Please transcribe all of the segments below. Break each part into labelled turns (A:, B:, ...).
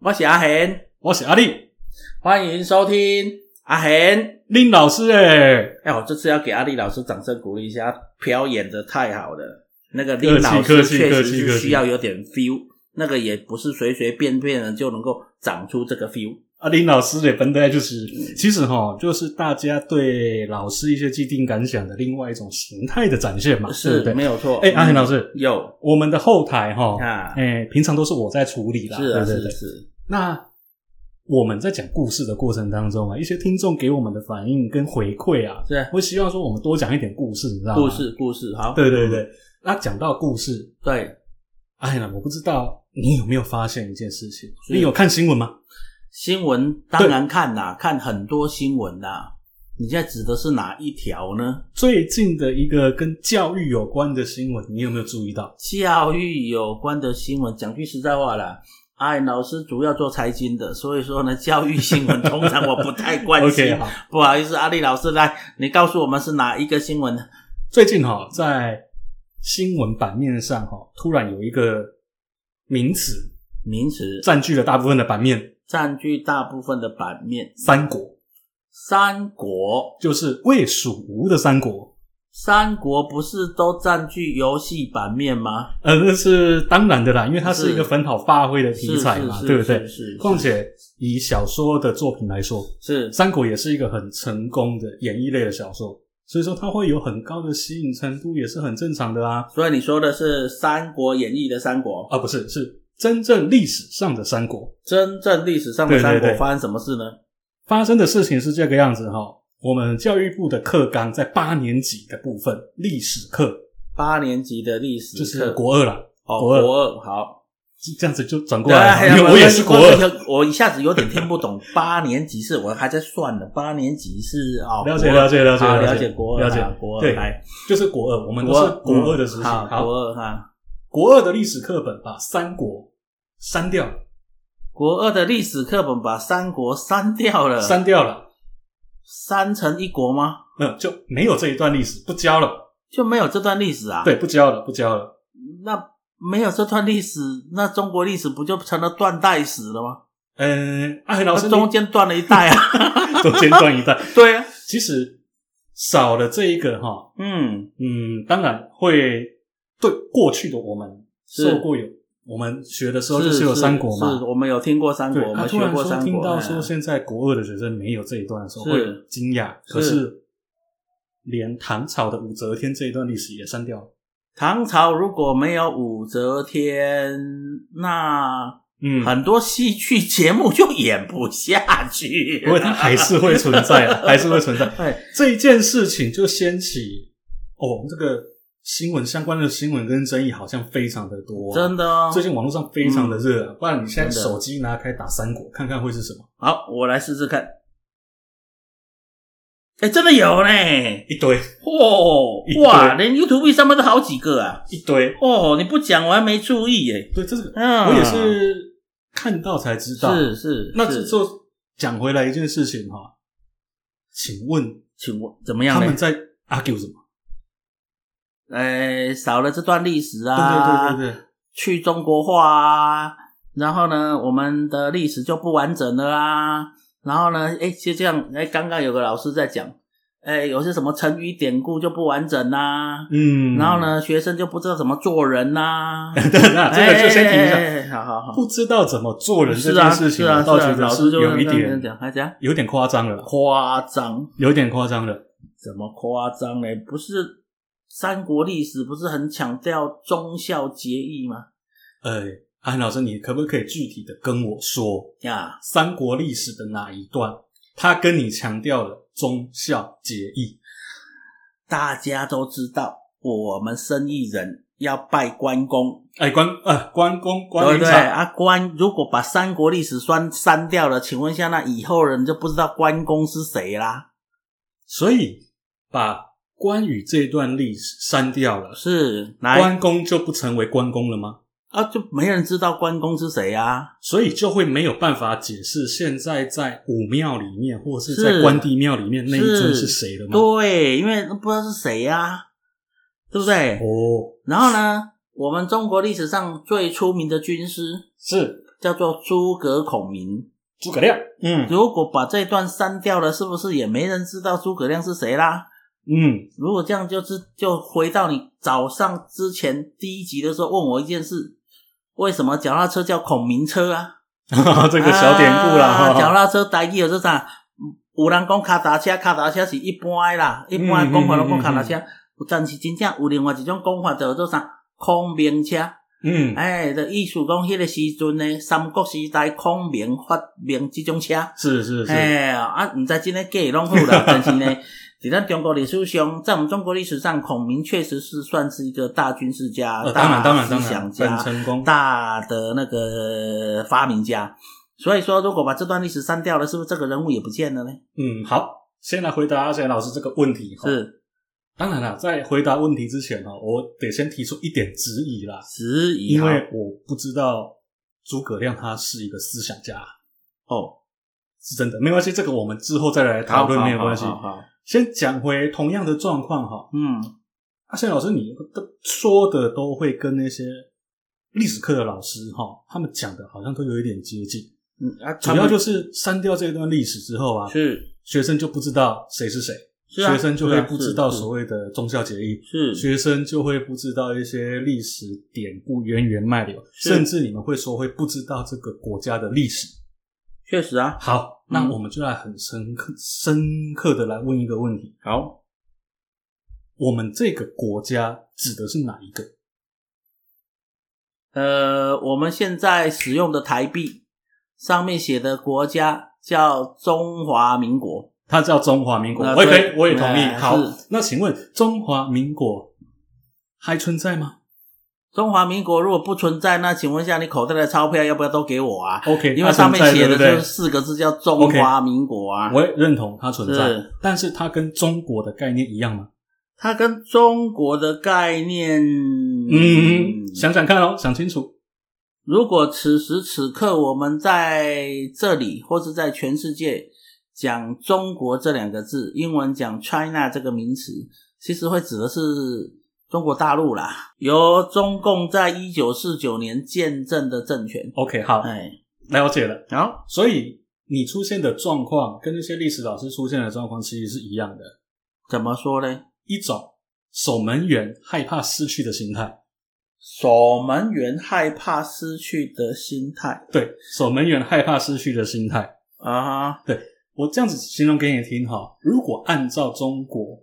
A: 我是阿贤，
B: 我是阿力，
A: 欢迎收听阿贤。
B: 林老师诶，
A: 哎，我这次要给阿力老师掌声鼓励一下，他表演的太好了。那个
B: 客
A: 林
B: 气
A: 老师
B: 客气
A: 确
B: 客
A: 实
B: 气
A: 是
B: 客
A: 需
B: 气
A: 要有点 feel，那个也不是随随便便的就能够长出这个 feel。
B: 阿林啊老师的本来就是，其实哈，就是大家对老师一些既定感想的另外一种形态的展现嘛，啊对
A: 是
B: 不对？
A: 没有错。
B: 哎，阿
A: 嗯
B: 贤老师，
A: 有
B: 我们的后台哈，
A: 啊，
B: 哎，平常都是我在处理啦，
A: 是啊，
B: 对
A: 是
B: 对对。
A: 是，
B: 那我们在讲故事的过程当中啊，一些听众给我们的反应跟回馈啊，
A: 是啊
B: 会希望说我们多讲一点故事，你知道吗？
A: 故，事故事好，
B: 啊对对对。那讲到故事，
A: 对，
B: 哎呀，我不知道你有没有发现一件事情，
A: 是
B: 你有看新闻吗？
A: 新闻当然看啦，看很多新闻啦。你现在指的是哪一条呢？
B: 最近的一个跟教育有关的新闻，你有没有注意到？
A: 教育有关的新闻，讲句实在话啦，哎，老师主要做财经的，所以说呢， 教育新闻通常我不太关
B: OK，
A: 心。
B: 好，
A: 不好意思，啊阿丽老师，来，你告诉我们是哪一个新闻呢？
B: 最近哈、在新闻版面上哈、突然有一个名词
A: 名词
B: 占据了大部分的版面，
A: 占据大部分的版面，
B: 三国
A: 三国
B: 就是魏蜀吴的三国。
A: 三国不是都占据游戏版面吗？
B: 呃，那是当然的啦，因为它是
A: 是
B: 一个很好发挥的
A: 是
B: 题材嘛，
A: 是
B: 对不
A: 是
B: 对？
A: 是
B: 况且以小说的作品来说，
A: 是
B: 《
A: 是
B: 三国》也是一个很成功的演绎类的小说，所以说它会有很高的吸引程度，也是很正常的啊啦、
A: 所以你说的是《三国演义》的三国，
B: 啊，不是，是真正历史上的三国
A: 真正历史上的
B: 对对
A: 三国
B: 对
A: 发生什么事呢？
B: 发生的事情是这个样子哈、我们教育部的课纲在八年级的部分历史课，
A: 八年级的历史
B: 就
A: 课
B: 是国二啦，
A: 哦，
B: 国二
A: 国二好，
B: 这样子就转过来了，因为
A: 啊哎我
B: 我也是国二。，
A: 我一下子有点听不懂。八年级是我还在算呢，八年级是哦，
B: 了解
A: 国二
B: 了解了解
A: 好了
B: 解
A: 国
B: 了
A: 二
B: 解
A: 啊国二
B: 对
A: 来，
B: 就是国二，我们都
A: 国
B: 是
A: 二嗯
B: 国二的时期。
A: 好
B: 好，
A: 国二哈，
B: 国二的历史课本把三国删掉，
A: 国二的历史课本把三国删掉了，
B: 删掉了，
A: 删成一国吗？
B: 那就没有这一段历史，不教了，
A: 就没有这段历史啊？，
B: 对，不教了，不教了。
A: 那没有这段历史，那中国历史不就成了断代史了吗？
B: 嗯，阿恒老师，
A: 那
B: 你
A: 中间断了一代 啊，
B: 中间断一段，
A: 对啊，
B: 其实少了这一个哈，
A: 嗯，
B: 嗯，当然会对过去的我们
A: 是
B: 受过有我们学的时候就是有三国
A: 是
B: 嘛，
A: 我们有听过三
B: 对
A: 国，。我
B: 啊，
A: 们
B: 突
A: 学
B: 然
A: 过
B: 说
A: 三国，
B: 听到
A: 哎
B: 说现在国二的学生没有这一段的时候
A: 是
B: 会惊讶，可
A: 是
B: 是连唐朝的武则天这一段历史也删掉了。
A: 唐朝如果没有武则天，那
B: 嗯，
A: 很多戏剧节目就演不下去。哎
B: 不过它还是会存在 啊，还是会存在。
A: 对，
B: 这一件事情就掀起哦，这个新闻相关的新闻跟争议好像非常的多啊、
A: 真的嗯哦。
B: 最近网络上非常的热、啊，不然你现在
A: 真的
B: 手机拿开打三国，看看会是什么
A: 好，我来试试看。哎，真的有呢！
B: 一堆
A: 哦
B: 一，堆
A: 哇，连 YouTube 上面都好几个啊！
B: 一堆。
A: 哦，你不讲我还没注意耶。
B: 对，这是、
A: 嗯，
B: 我也是看到才知道。
A: 是是，
B: 那
A: 是
B: 这就讲回来一件事情哈、请问
A: 请问怎么样
B: 他
A: 呢
B: 们？在 argue 什么？
A: 哎，少了这段历史啊，
B: 对对对对对，
A: 去中国化啊，然后呢，我们的历史就不完整了啊。然后呢，哎，就这样，哎，刚刚有个老师在讲，哎，有些什么成语典故就不完整啦、
B: 嗯。
A: 然 后？呢，学生就不知道怎么做人啊啦、
B: 那 这个就先停一下。啊
A: 哎好好好，
B: 不知道怎么做人这
A: 是
B: 件
A: 啊，
B: 事
A: 是
B: 情，
A: 啊，
B: 我
A: 是
B: 倒
A: 啊
B: 觉，得
A: 老师
B: 是
A: 就
B: 有一
A: 这样
B: 点
A: 讲，他讲
B: 有点夸张了，
A: 夸张，
B: 有点夸张了。
A: 怎么夸张呢？不是三国历史不是很强调忠孝节义吗？
B: 呃，安老师，你可不可以具体的跟我说，
A: 呀，
B: 三国历史的哪一段，他跟你强调了忠孝节义？
A: 大家都知道，我们生意人要拜关公，
B: 哎，关呃关公关
A: 对
B: 云
A: 不对
B: 长，
A: 啊？关如果把三国历史删删掉了，请问一下，那以后人就不知道关公是谁啦？
B: 所以把关羽这段历史删掉了，
A: 是来
B: 关公就不成为关公了吗？
A: 啊，就没人知道关公是谁啊？
B: 所以就会没有办法解释现在在武庙里面或是
A: 是
B: 在关帝庙里面那一尊
A: 是
B: 是谁了吗？
A: 对，因为不知道是谁啊，对不对？
B: 哦，
A: 然后呢，我们中国历史上最出名的军师
B: 是
A: 叫做诸葛孔明。
B: 诸葛亮，嗯
A: 如果把这段删掉了，是不是也没人知道诸葛亮是谁啦？
B: 嗯，
A: 如果这样，就是就回到你早上之前第一集的时候问我一件事：为什么脚踏车叫孔明车啊？
B: 嗯 这个小典故啦，
A: 啊脚
B: 哈，
A: 踏车台语就是啥？有人讲卡达车，卡达车是一般的啦，一般的讲法拢讲卡达
B: 嗯
A: 车。有但是真正有另外一种讲法，叫做啥？孔明车。
B: 嗯，
A: 哎，就意思讲迄个时阵呢，三国时代孔明发明即种车。
B: 是是是，
A: 哎，啊，毋知真诶假的拢好 啦，但是呢，在咱中国历史上，在我们中国历史上，孔明确实是算是一个大军事家、
B: 呃当然当
A: 大
B: 然
A: 思
B: 当
A: 想
B: 然，
A: 家、
B: 很成功，
A: 大的那个发明家。所以说，如果把这段历史删掉了，是不是这个人物也不见了呢？
B: 嗯，好，先来回答阿贤老师这个问题，哈。
A: 是
B: 当然了，在回答问题之前哦，我得先提出一点质疑啊啦，
A: 质疑
B: 因
A: 哈
B: 为我不知道诸葛亮他是一个思想家，
A: 哦，
B: 是真的没关系，这个我们之后再来讨论没有关系
A: 好。好好
B: 先讲回同样的状况哈，
A: 嗯，
B: 阿宪老师，你的说的都会跟那些历史课的老师哈，他们讲的好像都有一点接近，
A: 嗯啊，
B: 主要就是删掉这段历史之后啊，
A: 是
B: 学生就不知道谁是谁，
A: 是啊
B: 学生就会不知道
A: 是啊是
B: 所谓的忠孝节义，
A: 是
B: 学生就会不知道一些历史典故、源远脉流，
A: 是
B: 甚至你们会说会不知道这个国家的历史。
A: 确实啊，
B: 好，那
A: 嗯
B: 我们就来很深刻、深刻的来问一个问题：
A: 好，
B: 我们这个国家指的是哪一个？
A: 呃，我们现在使用的台币上面写的国家叫中华民国，
B: 它叫中华民国，
A: 那
B: 我也可
A: 对
B: 以，我也同意。
A: 哎
B: 好
A: 是，
B: 那请问中华民国还存在吗
A: 中华民国如果不存在，那请问一下，你口袋的钞票要不要都给我啊？
B: ？OK，
A: 因为
B: 它
A: 上面
B: 存在
A: 写的
B: 对不对
A: 就是四个字叫中华民国啊。
B: 我也认同它存在
A: 是，
B: 但是它跟中国的概念一样吗？
A: 它跟中国的概念，
B: 嗯，想想看哦，想清楚。
A: 如果此时此刻我们在这里或是在全世界讲“中国”这两个字，英文讲 “China” 这个名词，其实会指的是中国大陆啦，由中共在一九四九年建政的政权。
B: OK，好，
A: 哎，
B: 了解了。
A: 好，
B: 所以你出现的状况跟那些历史老师出现的状况其实是一样的，
A: 怎么说呢？
B: 一种守门员害怕失去的心态。
A: 守门员害怕失去的心态
B: 对，守门员害怕失去的心态。
A: 啊哈，
B: 我这样子形容给你听哈，如果按照中国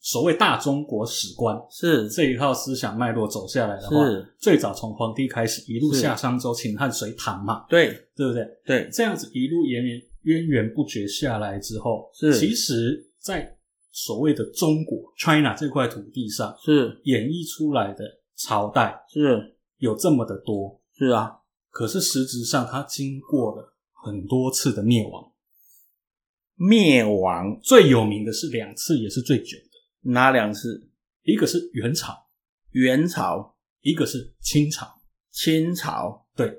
B: 所谓大中国史观
A: 是
B: 这一套思想脉络走下来的话，
A: 是，
B: 最早从皇帝开始，一路
A: 是
B: 下商周、秦汉、隋唐嘛，
A: 对
B: 对不对？
A: 对，
B: 这样子一路源源源源不绝下来之后，
A: 是
B: 其实，在所谓的中国 China 这块土地上
A: 是
B: 演绎出来的朝代
A: 是
B: 有这么的多，
A: 是啊，
B: 可是实质上它经过了很多次的灭亡，
A: 灭亡
B: 最有名的是两次，也是最久的，
A: 哪两次？
B: 一个是元朝，
A: 元朝、
B: 一个是清朝。
A: 清朝，
B: 对，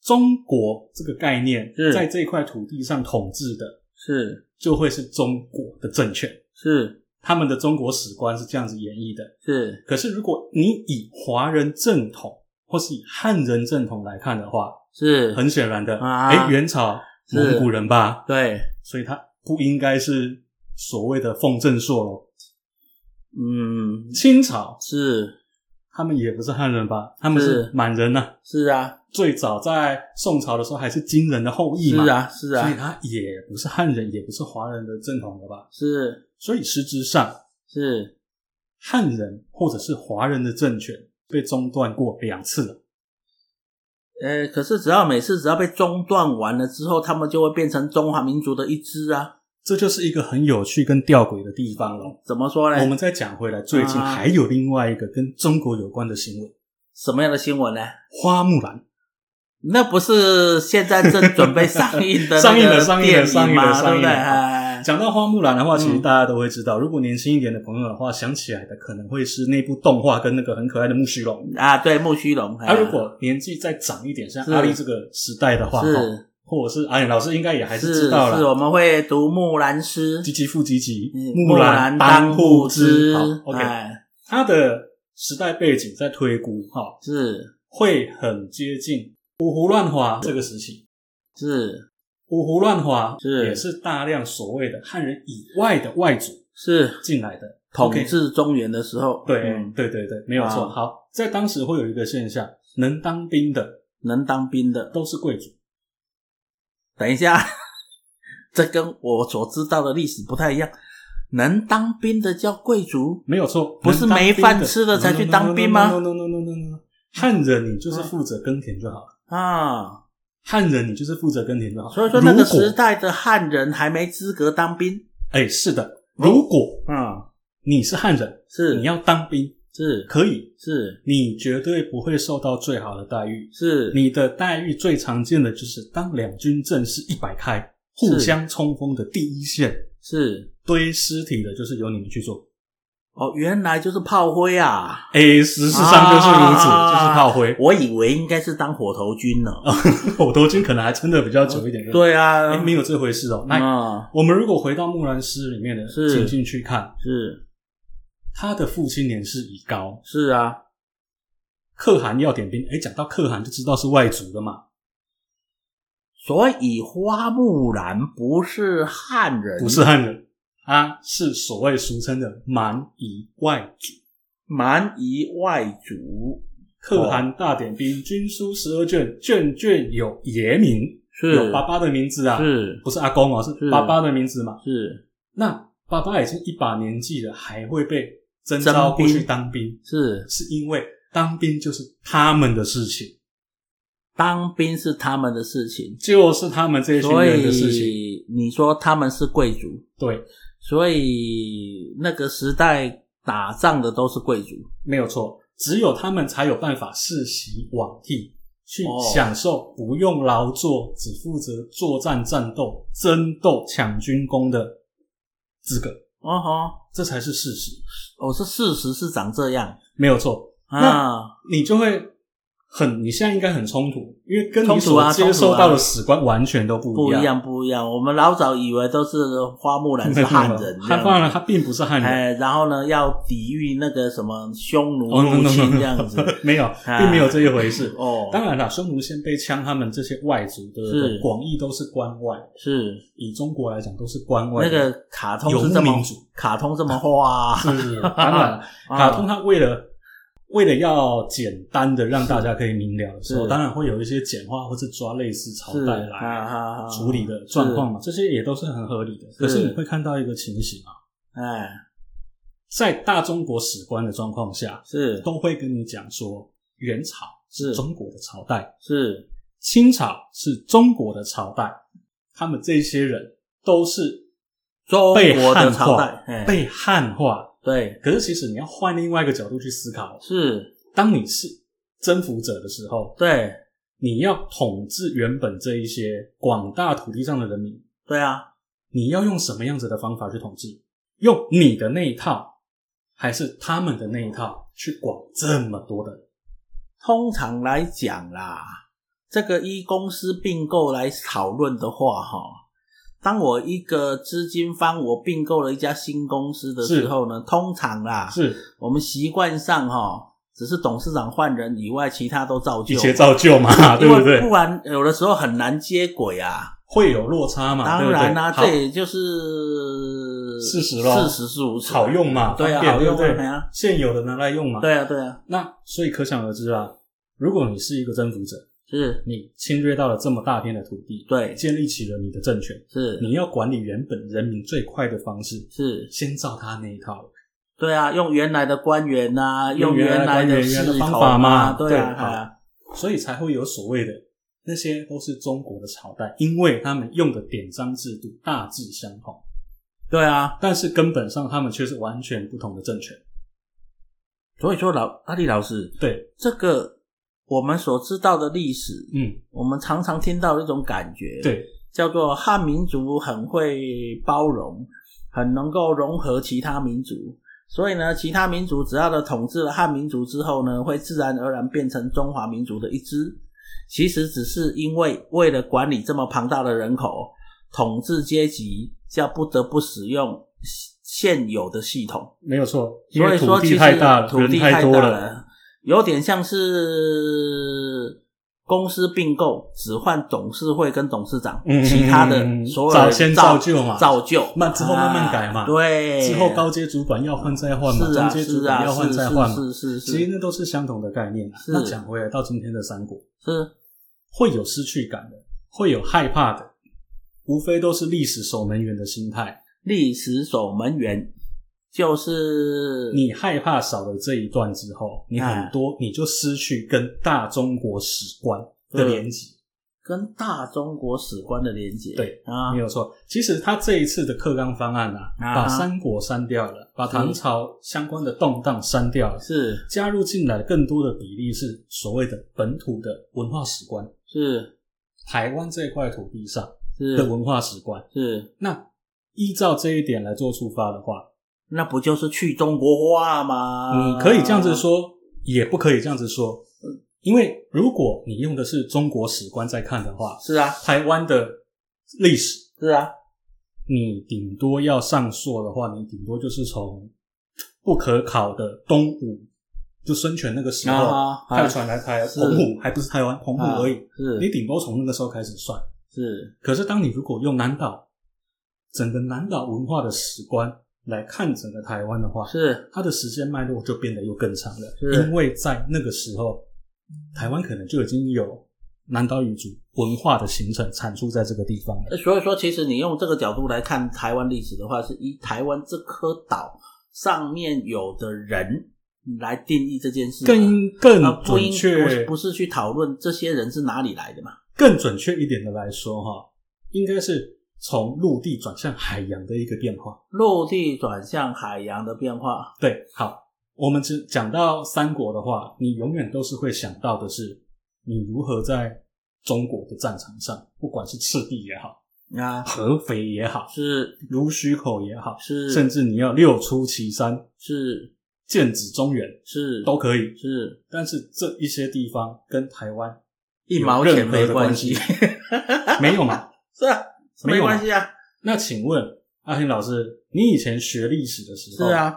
B: 中国这个概念
A: 是
B: 在这块土地上统治的，
A: 是
B: 就会是中国的政权。
A: 是
B: 他们的中国史观是这样子演绎的。
A: 是
B: 可是，如果你以华人正统或是以汉人正统来看的话，
A: 是，
B: 很显然的，
A: 啊
B: 哎、元朝
A: 是
B: 蒙古人吧，
A: 对，
B: 所以他不应该是所谓的奉正朔咯。
A: 嗯，
B: 清朝
A: 是
B: 他们也不是汉人吧，他们
A: 是
B: 是满人呐、
A: 是啊，
B: 最早在宋朝的时候还是金人的后裔
A: 是
B: 嘛，
A: 啊，是
B: 所以
A: 啊，
B: 他也不是汉人，也不是华人的正统的吧。
A: 是
B: 所以实质上，
A: 是
B: 汉人或者是华人的政权被中断过两次了。
A: 呃，可是只要每次只要被中断完了之后，他们就会变成中华民族的一支啊。
B: 这就是一个很有趣跟吊诡的地方了。
A: 怎么说呢？
B: 我们再讲回来，最近
A: 啊
B: 还有另外一个跟中国有关的新闻
A: 什么样的新闻呢？
B: ——花木兰。
A: 那不是现在 正准备上映的
B: 上映
A: 那
B: 了
A: 个
B: 上映了
A: 电
B: 上
A: 影
B: 映了
A: 吗？
B: 上
A: 对
B: 映
A: 不对？
B: 了
A: 哎
B: 讲到花木兰的话，
A: 嗯
B: 其实大家都会知道，如果年轻一点的朋友的话，想起来的可能会是那部动画跟那个很可爱的木须龙。
A: 啊，对，木须龙。哎
B: 啊，如果年纪再长一点，像
A: 是
B: 阿丽这个时代的话，
A: 是
B: 哈或者是阿远老师应该也还
A: 是
B: 知道
A: 是
B: 了。
A: 我们会读木兰诗，
B: 唧唧复唧唧，
A: 嗯
B: 木兰
A: 当
B: 户
A: 织。
B: 好，OK，
A: 哎，
B: 它的时代背景在推估哈，
A: 是
B: 会很接近五胡乱华这个时期，
A: 是
B: 五胡乱华
A: 是
B: 也是大量所谓的汉人以外的外族
A: 是
B: 进来的
A: 统
B: OK
A: 治中原的时候，
B: 对、
A: 嗯
B: 对对对，没有错。
A: 啊
B: 好，在当时会有一个现象，能当兵的
A: 能当兵的。
B: 都是贵族。
A: 等一下， 这跟我所知道的历史不太一样。能当兵的叫贵族，
B: 没有错，
A: 不是
B: 能当兵
A: 没饭吃了才去当兵吗
B: ？no no no no no no, no, no. 汉人你就是负责耕田就好了，
A: 啊，
B: 汉人你就是负责耕田就好。
A: 所以说那个
B: 如果
A: 时，代的汉人还没资格当兵。
B: 哎，是的，如果
A: 嗯，
B: 你是汉人，
A: 哦是
B: 你要当兵
A: 是
B: 可以，
A: 是
B: 你绝对不会受到最好的待遇。
A: 是，
B: 你的待遇最常见的就是当两军阵势一摆开，互
A: 是
B: 相冲锋的第一线，
A: 是
B: 堆尸体的就是由你们去做。
A: 哦，原来就是炮灰啊！
B: 哎，事实上就是如此，
A: 啊
B: 就是炮灰。
A: 我以为应该是当火头军呢。
B: 我头巾可能还撑的比较久一点。
A: 对啊，
B: 哦哎，没有这回事哦。那
A: 啊，
B: 我们如果回到木兰诗里面的
A: 是
B: 情境去看，
A: 是
B: 他的父亲年事已高，
A: 是啊，
B: 可汗要点兵。哎，讲到可汗就知道是外族的嘛，
A: 所以花木兰不是汉人，
B: 不是汉人，他是所谓俗称的蛮夷外族。
A: 蛮夷外族，哦
B: 可汗大点兵，军书十二卷，卷卷有爷名，有
A: 是
B: 爸爸的名字啊，
A: 是
B: 不是阿公哦，
A: 是
B: 是爸爸的名字嘛。
A: 是
B: 那爸爸已经一把年纪了，还会被征召过去
A: 征兵
B: 当兵，
A: 是，
B: 是因为当兵就是他们的事情，
A: 当兵是他们的事情，
B: 就是他们这一群
A: 所
B: 人的事情。
A: 以你说他们是贵族，
B: 对，
A: 所以那个时代打仗的都是贵族，
B: 没有错，只有他们才有办法世袭罔替，去
A: 哦
B: 享受不用劳作，只负责作战、战斗、争斗、抢军功的资格，
A: 哦吼，
B: 这才是事实。
A: 哦是事实是长这样
B: 没有错，
A: 啊，
B: 你就会很，你现在应该很冲突，因为跟你
A: 冲突啊
B: 所接受到的史观完全都不
A: 不一
B: 一样。
A: 样不一样，我们老早以为都是花木兰是汉人，
B: 他当然他并不是汉人，
A: 哎，然后呢，要抵御那个什么匈奴
B: 哦，no
A: 入
B: no
A: 侵
B: no，
A: 这样 子，哎
B: 没有，并没有这一回事。
A: 哦，
B: 当然啦，匈奴、鲜卑、羌他们这些外族的
A: 是
B: 广义都是关外，
A: 是
B: 以中国来讲都是关外
A: 那
B: 的。
A: 个卡通是
B: 游
A: 这
B: 牧
A: 么
B: 民族
A: 卡通这么画、啊，
B: 是当然，卡通它为了为了要简单的让大家可以明了的时候，
A: 是
B: 当然会有一些简化或是抓类似朝
A: 是
B: 代
A: 啊
B: 来
A: 啊啊
B: 处理的状况嘛，这些也都是很合理的。可是你会看到一个情形啊，
A: 哎
B: 在大中国史观的状况下，
A: 是
B: 都会跟你讲说元朝是
A: 是
B: 中国的朝代，
A: 是
B: 清朝是中国的朝代，他们这些人都是
A: 中
B: 被
A: 国的
B: 汉
A: 朝
B: 化
A: 代，，哎
B: 被汉化。
A: 对
B: 可是其实你要换另外一个角度去思考，
A: 是，
B: 当你是征服者的时候，
A: 对
B: 你要统治原本这一些广大土地上的人民，
A: 对啊，
B: 你要用什么样子的方法去统治？用你的那一套，还是他们的那一套去管这么多人？
A: 通常来讲啦，这个一公司并购来讨论的话，哈，当我一个资金方我并购了一家新公司的
B: 是
A: 时候呢，通常啦，
B: 是
A: 我们习惯上哈，只是董事长换人以外，其他都照旧
B: 一，些造就 嘛，对
A: 因
B: 不
A: 为
B: 对？
A: 不然有的时候很难接轨啊。
B: 会有落差嘛？
A: 当然啦、
B: 对
A: 这
B: 不啊对
A: 也就是
B: 事实咯
A: 事实是如此，
B: 好好用嘛，
A: 对啊，
B: 方便
A: 好
B: 对
A: 用
B: 不对
A: 啊哎呀？
B: 现有的拿来用嘛。
A: 对啊，对啊，
B: 那所以可想而知啊，如果你是一个征服者，
A: 是，
B: 你侵略到了这么大片的土地，
A: 对，
B: 建立起了你的政权，
A: 是
B: 你要管理原本人民最快的方式，
A: 是，
B: 先照他那一套，
A: 对啊，用原来的官员呐、用
B: 原
A: 来
B: 的官员
A: 系
B: 原来的
A: 统
B: 方法嘛，
A: 啊对啊，哎呀
B: 好，所以才会有所谓的那些都是中国的朝代，因为他们用的典章制度大致相同，
A: 对啊，
B: 但是根本上他们却是完全不同的政权。
A: 所以说老阿力老师，
B: 对，
A: 这个我们所知道的历史，
B: 嗯，
A: 我们常常听到一种感觉，，
B: 对，
A: 叫做汉民族很会包容，很能够融合其他民族。所以呢，其他民族只要的统治了汉民族之后呢，会自然而然变成中华民族的一支。其实只是因为为了管理这么庞大的人口，统治阶级要不得不使用现有的系统。
B: 没有错，因
A: 所以
B: 为
A: 说
B: 土
A: 其
B: 地
A: 实
B: 太大了，
A: 土地
B: 人
A: 大
B: 太多，
A: 有点像是公司并购只换董事会跟董事长，
B: 嗯
A: 其他的
B: 嗯嗯嗯
A: 所有
B: 早
A: 人
B: 先
A: 照
B: 造就嘛
A: 造就，
B: 慢之后慢慢改嘛
A: 啊对，
B: 之后高阶主管要换再换嘛，
A: 是
B: 中
A: 啊
B: 阶
A: 是
B: 主
A: 啊
B: 管要换
A: 是
B: 再换嘛，
A: 是是
B: 其实
A: 是
B: 那都是相同的概念啊。
A: 是
B: 那讲回来到今天的三国，
A: 是，
B: 会有失去感的，会有害怕的，无非都是历史守门员的心态。
A: 历史守门员就是
B: 你害怕少了这一段之后，你很多你就失去跟大中国史观的连接。
A: 跟大中国史观的连接，
B: 对
A: 啊
B: 没，有错，其实他这一次的课纲方案啊，
A: 啊
B: 把三国删掉了，把唐朝相关的动荡删掉了，
A: 是
B: 加入进来更多的比例是所谓的本土的文化史观，
A: 是
B: 台湾这块土地上的
A: 是
B: 文化史观。
A: 是，
B: 那依照这一点来做出发的话，
A: 那不就是去中国化吗？
B: 你可以这样子，说，也不可以这样子说，因为如果你用的是中国史观在看的话，
A: 是啊
B: 台湾的历史，
A: 是啊，
B: 你顶多要上溯的话，你顶多就是从不可考的东吴，就孙权那个时候
A: 啊
B: 派船来台
A: 是
B: 澎湖，还不是台湾澎湖而已，你
A: 啊是
B: 顶多从那个时候开始算。
A: 是
B: 可是当你如果用南岛整个南岛文化的史观来看整个台湾的话，
A: 是
B: 它的时间脉络就变得又更长了，
A: 是
B: 因为在那个时候，台湾可能就已经有南岛语族文化的形成产出在这个地方了。
A: 所以说，其实你用这个角度来看台湾历史的话，是以台湾这颗岛上面有的人来定义这件事嘛，
B: 更更
A: 啊不
B: 准
A: 应不是
B: 确、
A: 不是去讨论这些人是哪里来的嘛？
B: 更准确一点的来说，哈，应该是从陆地转向海洋的一个变化。
A: 陆地转向海洋的变化，
B: 对，好，我们只讲到三国的话，你永远都是会想到的是，你如何在中国的战场上，不管是赤壁也好，
A: 啊，
B: 合肥也好，
A: 是
B: 濡须口也好，
A: 是
B: 甚至你要六出祁山、
A: 是
B: 剑指中原
A: 是
B: 都可以。
A: 是
B: 但是这一些地方跟台湾
A: 一毛钱
B: 有任何
A: 没
B: 的
A: 关
B: 关
A: 系，
B: 没有嘛？
A: 是啊，
B: 没
A: 没
B: 有啊
A: 关系啊，
B: 那请问阿天老师，你以前学历史的时
A: 是
B: 候，，
A: 啊，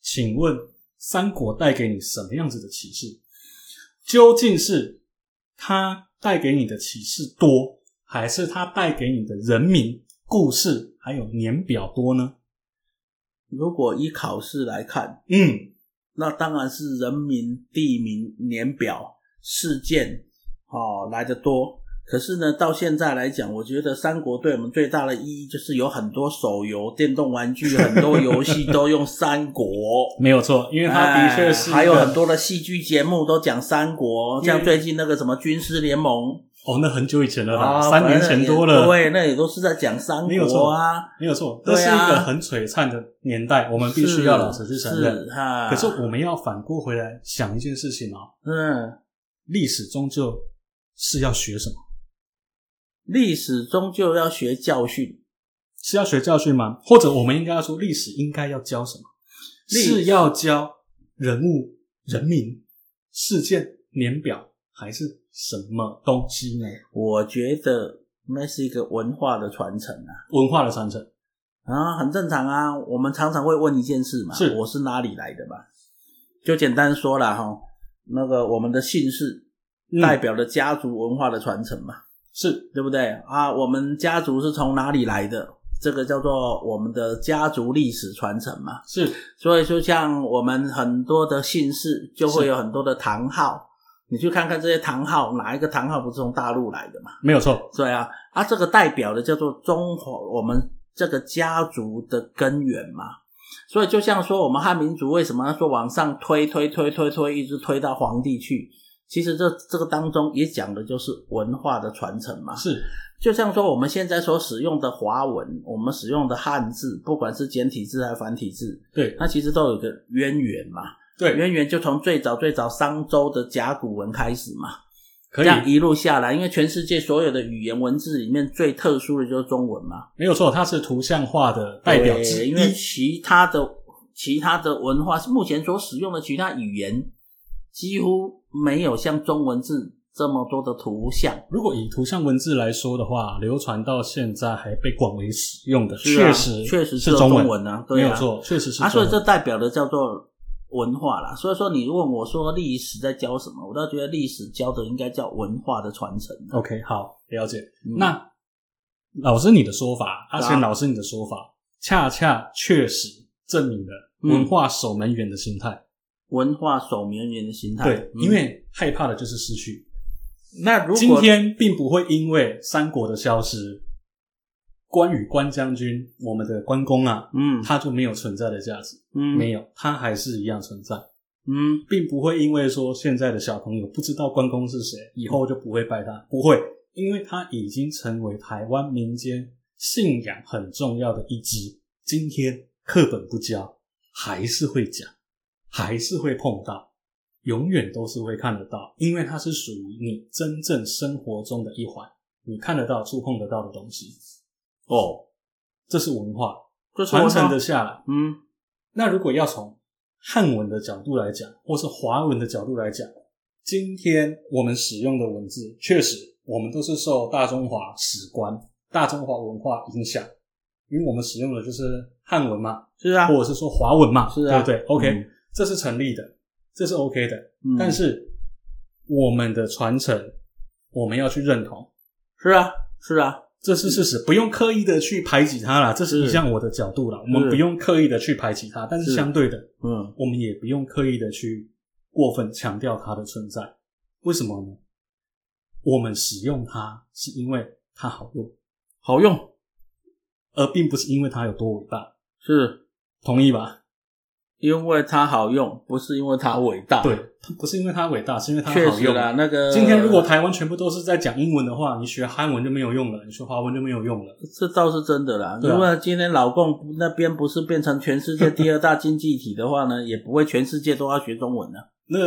B: 请问三国带给你什么样子的启示？究竟是它带给你的启示多，还是它带给你的人民故事还有年表多呢？
A: 如果以考试来看，
B: 嗯，
A: 那当然是人名、地名、年表、事件哦来的多。可是呢，到现在来讲，我觉得三国对我们最大的意义就是有很多手游、电动玩具、很多游戏都用三国。
B: 没有错， 因为它的确是、
A: 哎还有很多的戏剧节目都讲三国，
B: 嗯
A: 像最近那个什么军师联盟，
B: 哦，那很久以前了啦，
A: 啊
B: 三年前多了，
A: 对，那也都是在讲三
B: 没有
A: 国
B: 错
A: 啊，
B: 没有错，
A: 对
B: 这
A: 啊
B: 是一个很璀璨的年代，我们必须要老实去承认。
A: 是哈。
B: 可是我们要反过回来想一件事情哦，
A: 嗯，
B: 历史终究是要学什么？
A: 历史终究要学教训，
B: 是要学教训吗？或者我们应该要说，历史应该要教什么？
A: 历史
B: 是要教人物、人民、事件、年表，还是什么东西呢？
A: 我觉得那是一个文化的传承啊，
B: 文化的传承，
A: 啊，很正常啊。我们常常会问一件事嘛，
B: 是
A: 我是哪里来的嘛？就简单说了哈，那个我们的姓氏
B: 嗯
A: 代表了家族文化的传承嘛。
B: 是
A: 对不对啊？我们家族是从哪里来的？这个叫做我们的家族历史传承嘛。
B: 是
A: 所以说，像我们很多的姓氏，就会有很多的堂号。你去看看这些堂号，哪一个堂号不是从大陆来的嘛？
B: 没有错，
A: 对啊，啊，这个代表的叫做中华我们这个家族的根源嘛。所以就像说，我们汉民族为什么要说往上推推推推推，一直推到皇帝去？其实这这个当中也讲的就是文化的传承嘛。
B: 是
A: 就像说我们现在所使用的华文，我们使用的汉字，不管是简体字还是繁体字，
B: 对
A: 它其实都有一个渊源嘛。
B: 对，
A: 渊源就从最早最早商周的甲骨文开始嘛，
B: 可
A: 这
B: 以
A: 样一路下来，因为全世界所有的语言文字里面最特殊的就是中文嘛，
B: 没有错，它是图像化的代表之
A: 对
B: 一
A: 因。为其他的其他的文化目前所使用的其他语言，几乎没有像中文字这么多的图像。
B: 如果以图像文字来说的话，流传到现在还被广为使用的，
A: 是啊
B: 确实
A: 确实
B: 是
A: 有
B: 中
A: 中
B: 文，
A: 文啊，
B: 没
A: 对啊，
B: 有错，确实是
A: 啊，所以
B: 中文
A: 这代表的叫做文化啦。所以说，你问我说历史在教什么，我倒觉得历史教的应该叫文化的传承啊。
B: OK，好，了解。
A: 嗯
B: 那老师你的说法，阿
A: 对啊
B: 贤老师你的说法，恰恰确实证明了
A: 嗯
B: 文化守门员的心态。
A: 文化守门员的心态，
B: 对，
A: 嗯
B: 因为害怕的就是失去。
A: 那如果
B: 今天并不会因为三国的消失，关羽、关将军，我们的关公啊，
A: 嗯
B: 他就没有存在的价值，
A: 嗯
B: 没有，他还是一样存在，
A: 嗯
B: 并不会因为说现在的小朋友不知道关公是谁，以后就不会拜他，不会，因为他已经成为台湾民间信仰很重要的一支。今天课本不教，还是会讲，还是会碰到，永远都是会看得到，因为它是属于你真正生活中的一环，你看得到、触碰得到的东西。哦，这是文化
A: 就是
B: 传
A: 文
B: 承
A: 化
B: 的下来。
A: 嗯
B: 那如果要从汉文的角度来讲，或是华文的角度来讲，今天我们使用的文字，确实我们都是受大中华史观、大中华文化影响，因为我们使用的就是汉文嘛，
A: 是啊，
B: 或者是说华文嘛，
A: 是啊
B: 对不对？OK，、
A: 嗯
B: 这是成立的，这是 OK 的。
A: 嗯
B: 但是我们的传承，我们要去认同，
A: 是啊是啊，
B: 这是事实，不用刻意的去排挤它啦。这是
A: 是
B: 一项我的角度啦，我们
A: 是
B: 不用刻意的去排挤它，但是
A: 是
B: 相对的，
A: 嗯
B: 我们也不用刻意的去过分强调它的存在。为什么呢？我们使用它是因为它好用，
A: 好用
B: 而并不是因为它有多伟大，
A: 是
B: 同意吧？
A: 因为它好用，不是因为它伟大。
B: 对，，它不是因为它伟大，是因为它
A: 确
B: 好
A: 实
B: 用
A: 啦，那个
B: 今天如果台湾全部都是在讲英文的话，你学韩文就没有用了，你学华文就没有用了。
A: 这倒是真的啦，
B: 对啊
A: 如果今天老共那边不是变成全世界第二大经济体的话呢，也不会全世界都要学中文了。
B: 那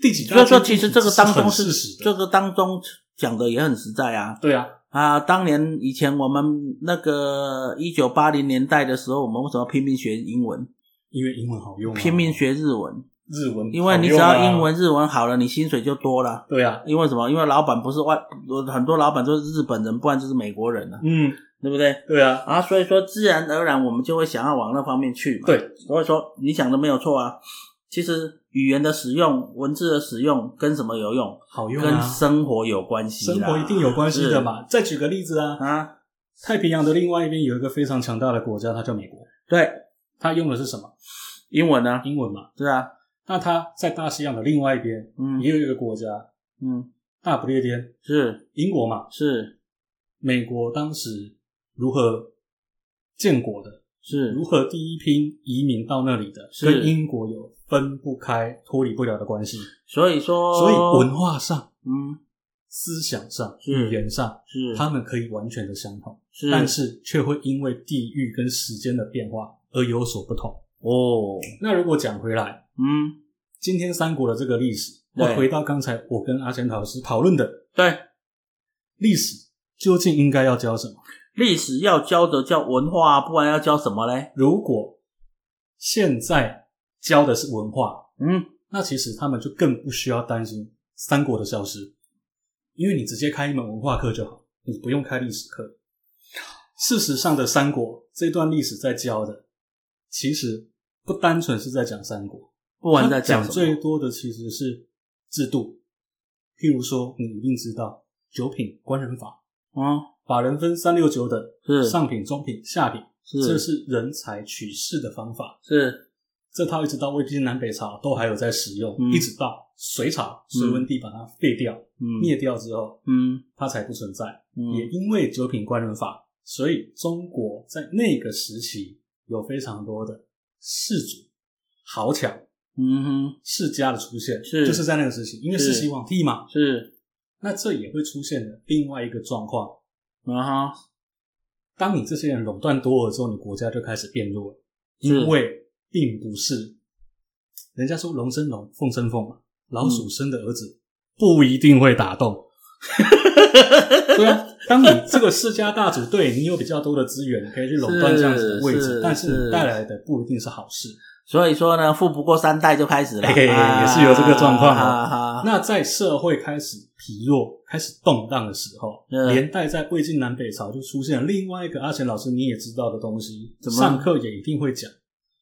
B: 第几
A: 所
B: 大
A: 以说，
B: 经济
A: 其实
B: 体
A: 这个当中
B: 是很事
A: 是
B: 实的，
A: 这个当中讲的也很实在啊
B: 对啊，
A: 啊！当年以前我们那个一九八零年代的时候，我们为什么拼命学英文，
B: 因为英文好用、啊，
A: 拼命学日文？
B: 日文好用啊、
A: 因为你只要英文、日文好了，你薪水就多了。
B: 对啊，
A: 因为什么？因为老板不是外，很多老板都是日本人，不然就是美国人了、啊，
B: 嗯，
A: 对不对？
B: 对啊，
A: 啊，所以说自然而然我们就会想要往那方面去嘛。，
B: 对，
A: 所以说你讲的没有错啊。其实语言的使用、文字的使用跟什么有用？
B: 好用
A: 跟
B: 啊，
A: 生活有关系
B: 生
A: 啦，
B: 活一定有关系的嘛。再举个例子
A: 是。
B: 啊，
A: 啊，
B: 太平洋的另外一边有一个非常强大的国家，它叫美国，
A: 对，
B: 它用的是什么？
A: 英文呢？
B: 英文嘛。
A: 对啊，
B: 那它在大西洋的另外一边
A: 嗯
B: 也有一个国家，
A: 嗯，
B: 大不列颠，
A: 是
B: 英国嘛。
A: 是
B: 美国当时如何建国的，
A: 是
B: 如何第一批移民到那里的，
A: 是
B: 跟英国有分不开、脱离不了的关系。
A: 所以说，
B: 所以文化上、
A: 嗯
B: 思想上、
A: 哦是
B: 语言上，
A: 是
B: 他们可以完全的相同，
A: 是
B: 但是却会因为地域跟时间的变化而有所不同。
A: 哦，
B: 那如果讲回来，
A: 嗯，
B: 今天三国的这个历史，
A: 对
B: 要回到刚才我跟阿贤老师讨论的
A: 对，
B: 历史，究竟应该要教什么？
A: 历史要教的叫文化啊，不然要教什么嘞？
B: 如果现在教的是文化，
A: 嗯，
B: 那其实他们就更不需要担心三国的消失，因为你直接开一门文化课就好，你不用开历史课。事实上的三国这段历史在教的，其实不单纯是在讲三国，
A: 不然在
B: 它
A: 讲
B: 讲
A: 什
B: 最
A: 么？
B: 多的其实是制度，譬如说你一定知道九品官人法，
A: 嗯，
B: 把人分三六九等，
A: 是
B: 上品、中品、下品，这
A: 是
B: 是人才取士的方法。
A: 是
B: 这套一直到魏晋南北朝都还有在使用，
A: 嗯
B: 一直到隋朝隋文帝把它废掉、
A: 嗯
B: 灭掉之后，
A: 嗯
B: 它才不存在。
A: 嗯
B: 也因为九品官人法，所以中国在那个时期有非常多的士族、豪强、
A: 嗯哼
B: 世家的出现，
A: 是
B: 就是在那个时期，因为世
A: 是
B: 袭罔替嘛。
A: 是
B: 那这也会出现的另外一个状况：
A: 啊哈
B: 当你这些人垄断多了之后，你国家就开始变弱了，
A: 是
B: 因为并不是人家说龙生龙，凤生凤嘛，老
A: 嗯
B: 鼠生的儿子、不一定会 打动。对啊，当你这个世家大族对你有比较多的资源，可以去垄断这样子的位置，
A: 是是
B: 但是
A: 是
B: 带来的不一定是好事。
A: 所以说呢，富不过三代就开始了，
B: 嘿嘿
A: 啊
B: 也是有这个状况哦
A: 啊哈
B: 那在社会开始疲弱、开始动荡的时候，
A: 嗯
B: 连带在魏晋南北朝就出现了另外一个阿贤老师你也知道的东西，
A: 怎么
B: 上课也一定会讲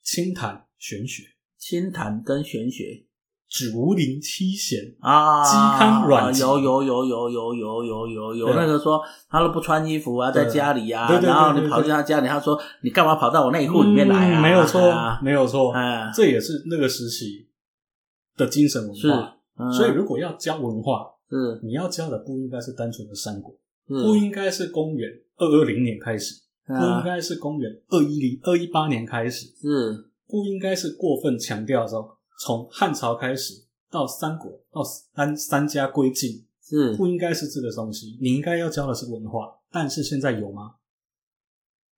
B: 清谈玄学。
A: 清谈跟玄学
B: 竹林七贤，
A: 啊，
B: 嵇康阮籍
A: 有有有有有有有有有
B: 对
A: 那个说他都不穿衣服啊，
B: 对
A: 在家里啊，
B: 对对对
A: 然后
B: 对
A: 你
B: 对
A: 跑进他家里，他说你干嘛跑到我内裤里面来啊？
B: 嗯没有错，
A: 啊
B: 没有错，
A: 哎，
B: 这也是那个时期的精神文
A: 是
B: 化。
A: 嗯
B: 所以，如果要教文化，
A: 是
B: 你要教的不应该是单纯的三国，不
A: 是
B: 应该是公元二二零年开始，不应
A: 啊
B: 该是公元二一零二一八年开始，
A: 是
B: 不应该是过分强调说从汉朝开始到三国到三三家归晋，
A: 是
B: 不应该是这个东西。你应该要教的是文化，但是现在有吗？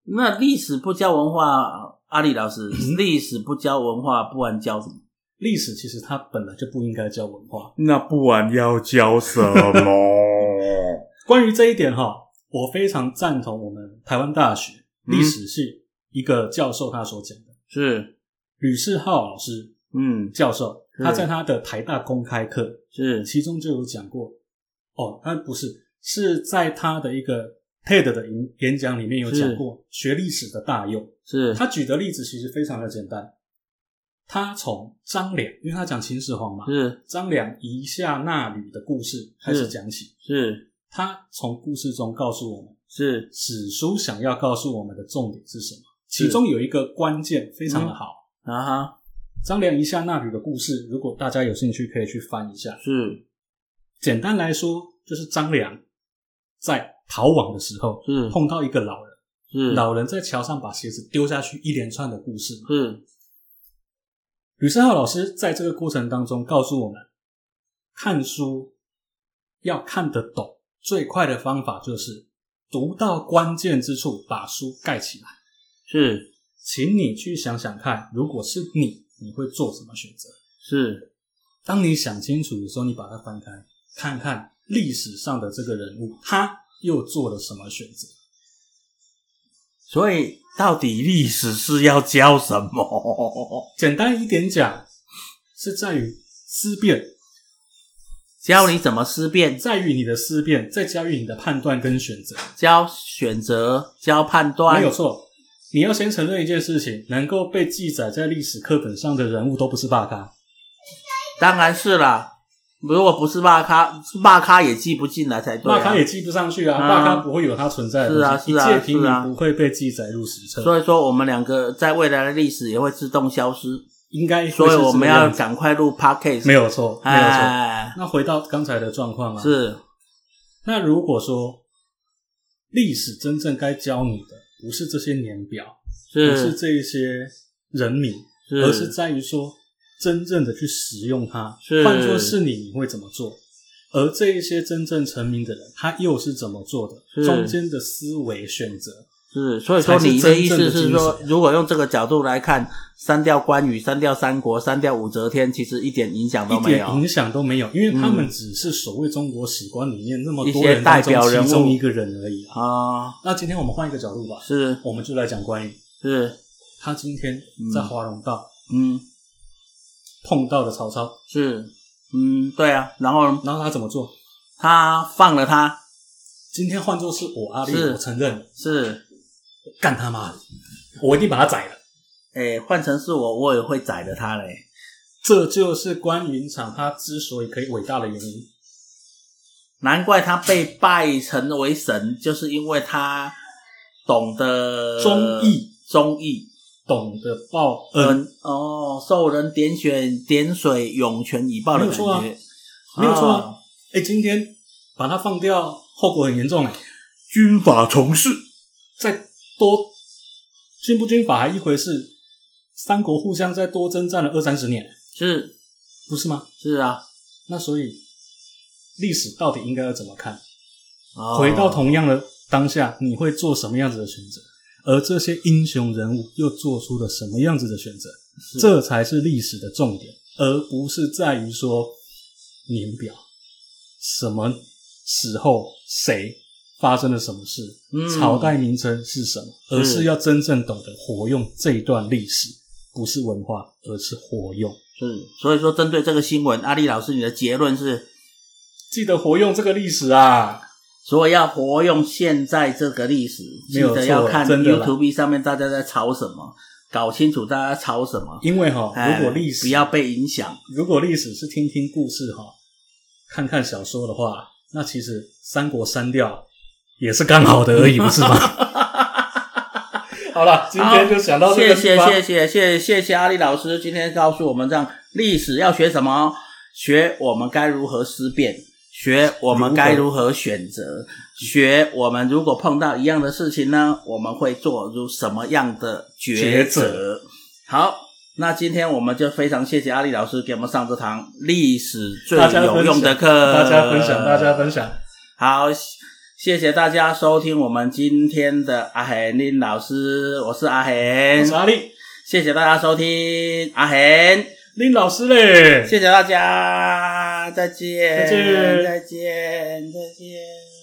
A: 那历史不教文化，阿里老师，历史不教文化，不然教什么？
B: 历史其实它本来就不应该教文化，
A: 那不然要教什么？
B: 关于这一点哈，我非常赞同我们台湾大学
A: 嗯
B: 历史系一个教授他所讲的，
A: 是，
B: 吕世浩老师
A: 嗯，
B: 教授，
A: 是
B: 他在他的台大公开课
A: 是
B: 其中就有讲过，哦，他不是是在他的一个 TED 的演演讲里面有讲过学历史的大用，
A: 是，
B: 他举的例子其实非常的简单，他从张良，因为他讲秦始皇嘛，
A: 是
B: 张良夷夏纳履的故事开始讲起，
A: 是
B: 他从故事中告诉我们。
A: 是
B: 史书想要告诉我们的重点是什么？
A: 是
B: 其中有一个关键非常的好，
A: 啊哈，
B: 张良一下那吕的故事，如果大家有兴趣可以去翻一下。
A: 是
B: 简单来说，就是张良在逃亡的时候
A: 是
B: 碰到一个老人，
A: 是
B: 老人在桥上把鞋子丢下去，一连串的故事嘛。
A: 是
B: 吕胜浩老师在这个过程当中告诉我们，看书要看得懂，最快的方法就是读到关键之处，把书盖起来。
A: 是
B: 请你去想想看，如果是你，你会做什么选择？
A: 是
B: 当你想清楚的时候，你把它翻开，看看历史上的这个人物，他又做了什么选择？
A: 所以到底历史是要教什么？
B: 简单一点讲，是在于思辨，
A: 教你怎么思辨，
B: 在于你的思辨，再加于你的判断跟选择。
A: 教选择，教判断
B: 没有，错，你要先承认一件事情：能够被记载在历史课本上的人物都不是大咖。
A: 当然是啦。如果不是骂咖，骂咖也记不进来才对、
B: 大
A: 啊。
B: 咖也记不上去啊，
A: 啊
B: 大咖不会有他存在的
A: 是啊
B: 东西，一
A: 是啊
B: 介平
A: 是啊
B: 民不会被记载入史册。
A: 所以说，我们两个在未来的历史也会自动消失，
B: 应该会是
A: 所以我
B: 这个
A: 们要
B: 样子
A: 赶快录 podcast。
B: 没
A: 有，
B: 有错，没有错。
A: 哎，
B: 那回到刚才的状况啊，
A: 是
B: 那如果说历史真正该教你的不是这些年表，不是
A: 是
B: 这一些人名，而是在于说真正的去使用它。
A: 是
B: 换作是你，你会怎么做？而这一些真正成名的人，他又是怎么做的？
A: 是
B: 中间的思维选择，
A: 是，所以说
B: 才是
A: 你的意
B: 真正
A: 思
B: 的
A: 是说
B: 精，
A: 如果用这个角度来看，删掉关羽，删掉三国，删掉武则天，其实一点影响都
B: 一
A: 没
B: 点
A: 有。
B: 影响都没有，因为他们
A: 嗯
B: 只是所谓中国史观里面那么
A: 一
B: 多
A: 些
B: 人当
A: 代表
B: 中
A: 人
B: 其中
A: 物
B: 一个人而已啊。
A: 啊，
B: 那今天我们换一个角度吧，
A: 是
B: 我们就来讲关羽。
A: 是，
B: 他今天在华容道
A: 嗯，
B: 碰到了曹操，
A: 是，嗯，对啊。然后
B: 然后他怎么做？
A: 他放了他，
B: 今天换作是我阿力，
A: 是
B: 我承认，
A: 是，
B: 干他妈的，我一定把他宰了。
A: 诶，哎换成是我，我也会宰了他嘞。
B: 这就是关云长他之所以可以伟大的原因。
A: 难怪他被拜成为神，就是因为他懂得
B: 忠义，
A: 忠义，
B: 懂得报恩，
A: 嗯，哦，受人点选点水，涌泉以报的
B: 没有
A: 感
B: 错啊
A: 觉，
B: 没有错啊
A: 哦。
B: 哎、今天把他放掉，后果很严重哎、
A: 军法从事，
B: 再多军不军法还一回事，三国互相再多征战了二三十年，
A: 是
B: 不是吗？
A: 是啊。
B: 那所以历史到底应该要怎么看？
A: 哦
B: 回到同样的当下，你会做什么样子的选择？而这些英雄人物又做出了什么样子的选择？
A: 是
B: 这才是历史的重点，而不是在于说年表什么时候谁发生了什么事，
A: 嗯
B: 朝代名称是什么，而
A: 是
B: 是要真正懂得活用这一段历史，不是文化，而是活用。
A: 是，所以说针对这个新闻，阿丽老师你的结论是，
B: 记得活用这个历史啊！
A: 所以要活用现在这个历史，记
B: 没有
A: 得要
B: 错
A: 看
B: 真的啦
A: YouTube 上面大家在吵什么，搞清楚大家吵什么。
B: 因为哈、
A: 哎
B: 如果历史
A: 不要被影响，
B: 如果历史是听听故事哈、看看小说的话，那其实三国删掉也是刚好的而已，不是 吗？好了，今天就想到这
A: 谢
B: 个
A: 谢
B: 地方
A: 谢谢谢谢谢阿丽老师，今天告诉我们这样历史要学什么，学我们该如何思辨，学我们该如何选择，学我们如果碰到一样的事情呢，我们会做出什么样的抉
B: 抉
A: 择
B: 择。
A: 好。那今天我们就非常谢谢阿丽老师给我们上这堂历史最
B: 大家
A: 有
B: 分
A: 用的
B: 享
A: 课，
B: 大家分享，大家分享，
A: 好，谢谢大家收听我们今天的阿恒林老师，我是阿恒，
B: 我是阿力
A: 谢谢大家收听阿恒，
B: 林老师嘞，
A: 谢谢大家，再见，
B: 再见
A: 再见，再见。